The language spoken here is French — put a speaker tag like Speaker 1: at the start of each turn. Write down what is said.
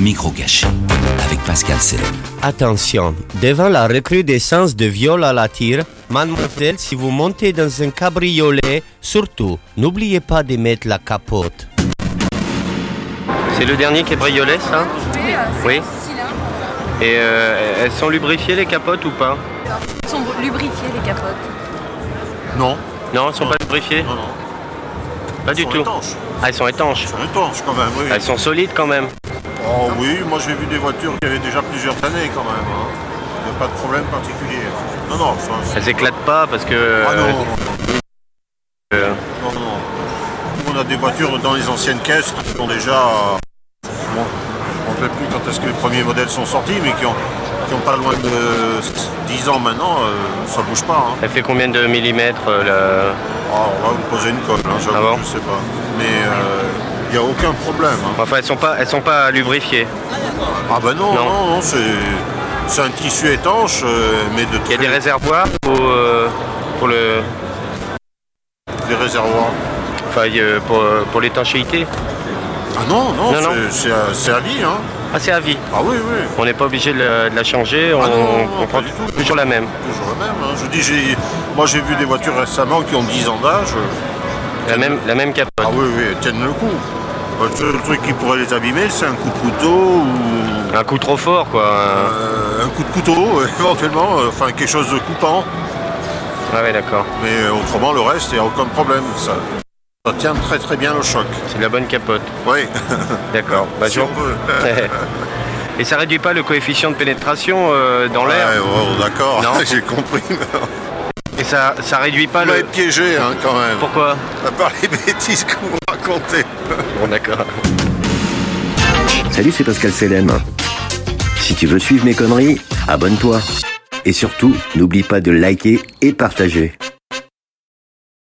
Speaker 1: Micro Gâché avec Pascal Sellet.
Speaker 2: Attention, devant la recrudescence de viols à la tire, mademoiselle, si vous montez dans un cabriolet, surtout, n'oubliez pas de mettre la capote. C'est le dernier cabriolet, ça Oui.
Speaker 3: hein.
Speaker 2: Et euh, elles sont lubrifiées, les capotes, ou pas
Speaker 3: Ils sont lubrifiés les capotes.
Speaker 4: Non,
Speaker 2: Non, elles sont pas lubrifiées
Speaker 4: non, non.
Speaker 2: Pas du
Speaker 4: Ils Hein. sont
Speaker 2: tout.
Speaker 4: étanches.
Speaker 2: Ah, elles sont étanches.
Speaker 4: Ils sont étanches quand même, oui.
Speaker 2: Elles sont solides quand même.
Speaker 4: Oh oui, moi j'ai vu des voitures qui avaient déjà plusieurs années quand même. hein. Il n'y a pas de problème particulier. Non, non, ça, c'est-
Speaker 2: Elles éclatent pas parce que.
Speaker 4: Ah non,
Speaker 2: euh,
Speaker 4: non,
Speaker 2: euh,
Speaker 4: non, non. Nous, On a des voitures dans les anciennes caisses qui sont déjà. euh, bon, on ne sait plus quand est-ce que les premiers modèles sont sortis, mais qui ont, qui ont pas loin de 10 ans maintenant, euh, ça bouge pas. hein.
Speaker 2: elle fait combien de millimètres euh,
Speaker 4: Ah, on va vous poser une colle, hein, j'avoue,
Speaker 2: Ah bon
Speaker 4: je sais pas. Mais euh, il n'y a aucun problème. hein.
Speaker 2: la- Enfin, elles sont pas, elles sont pas lubrifiées.
Speaker 4: Ah bah non,
Speaker 2: Non.
Speaker 4: non, non, c'est, c'est un tissu étanche, euh, mais de
Speaker 2: Il y a
Speaker 4: tous
Speaker 2: des
Speaker 4: les-
Speaker 2: réservoirs pour, euh, pour le,
Speaker 4: des réservoirs.
Speaker 2: enfin, euh, pour, euh, pour l'étanchéité.
Speaker 4: Ah non, non,
Speaker 2: Non, non.
Speaker 4: c'est, c'est à, c'est à vie, hein.
Speaker 2: Ah, c'est à vie.
Speaker 4: Ah oui, oui,
Speaker 2: On n'est pas obligé de la, de la changer. On,
Speaker 4: Ah non, non, non,
Speaker 2: on prend
Speaker 4: pas du tout.
Speaker 2: toujours la même.
Speaker 4: toujours le même. hein. Je vous dis, j'ai, moi j'ai vu des voitures récemment qui ont 10 ans d'âge.
Speaker 2: La même, la même capote.
Speaker 4: Ah oui, oui, elles tiennent le coup. Le seul truc qui pourrait les abîmer, c'est un coup de couteau ou
Speaker 2: Un coup trop fort, quoi.
Speaker 4: euh, un coup de couteau, éventuellement, euh, enfin quelque chose de coupant.
Speaker 2: Ah ouais, d'accord.
Speaker 4: Mais euh, autrement, le reste, il n'y a aucun problème. Ça, ça tient très très bien le choc.
Speaker 2: C'est de la bonne capote.
Speaker 4: Oui.
Speaker 2: D'accord. Bah,
Speaker 4: Si
Speaker 2: je-
Speaker 4: on veut.
Speaker 2: Et ça réduit pas le coefficient de pénétration euh, dans
Speaker 4: Ouais,
Speaker 2: l'air.
Speaker 4: bon, d'accord,
Speaker 2: Non.
Speaker 4: j'ai compris.
Speaker 2: Et ça, ça réduit pas
Speaker 4: On va
Speaker 2: le.
Speaker 4: être piégé hein, quand même,
Speaker 2: Pourquoi
Speaker 4: à part les bêtises que vous racontez.
Speaker 2: Bon, d'accord.
Speaker 5: Salut, c'est Pascal Selem. Si tu veux suivre mes conneries, abonne-toi. Et surtout, n'oublie pas de liker et partager.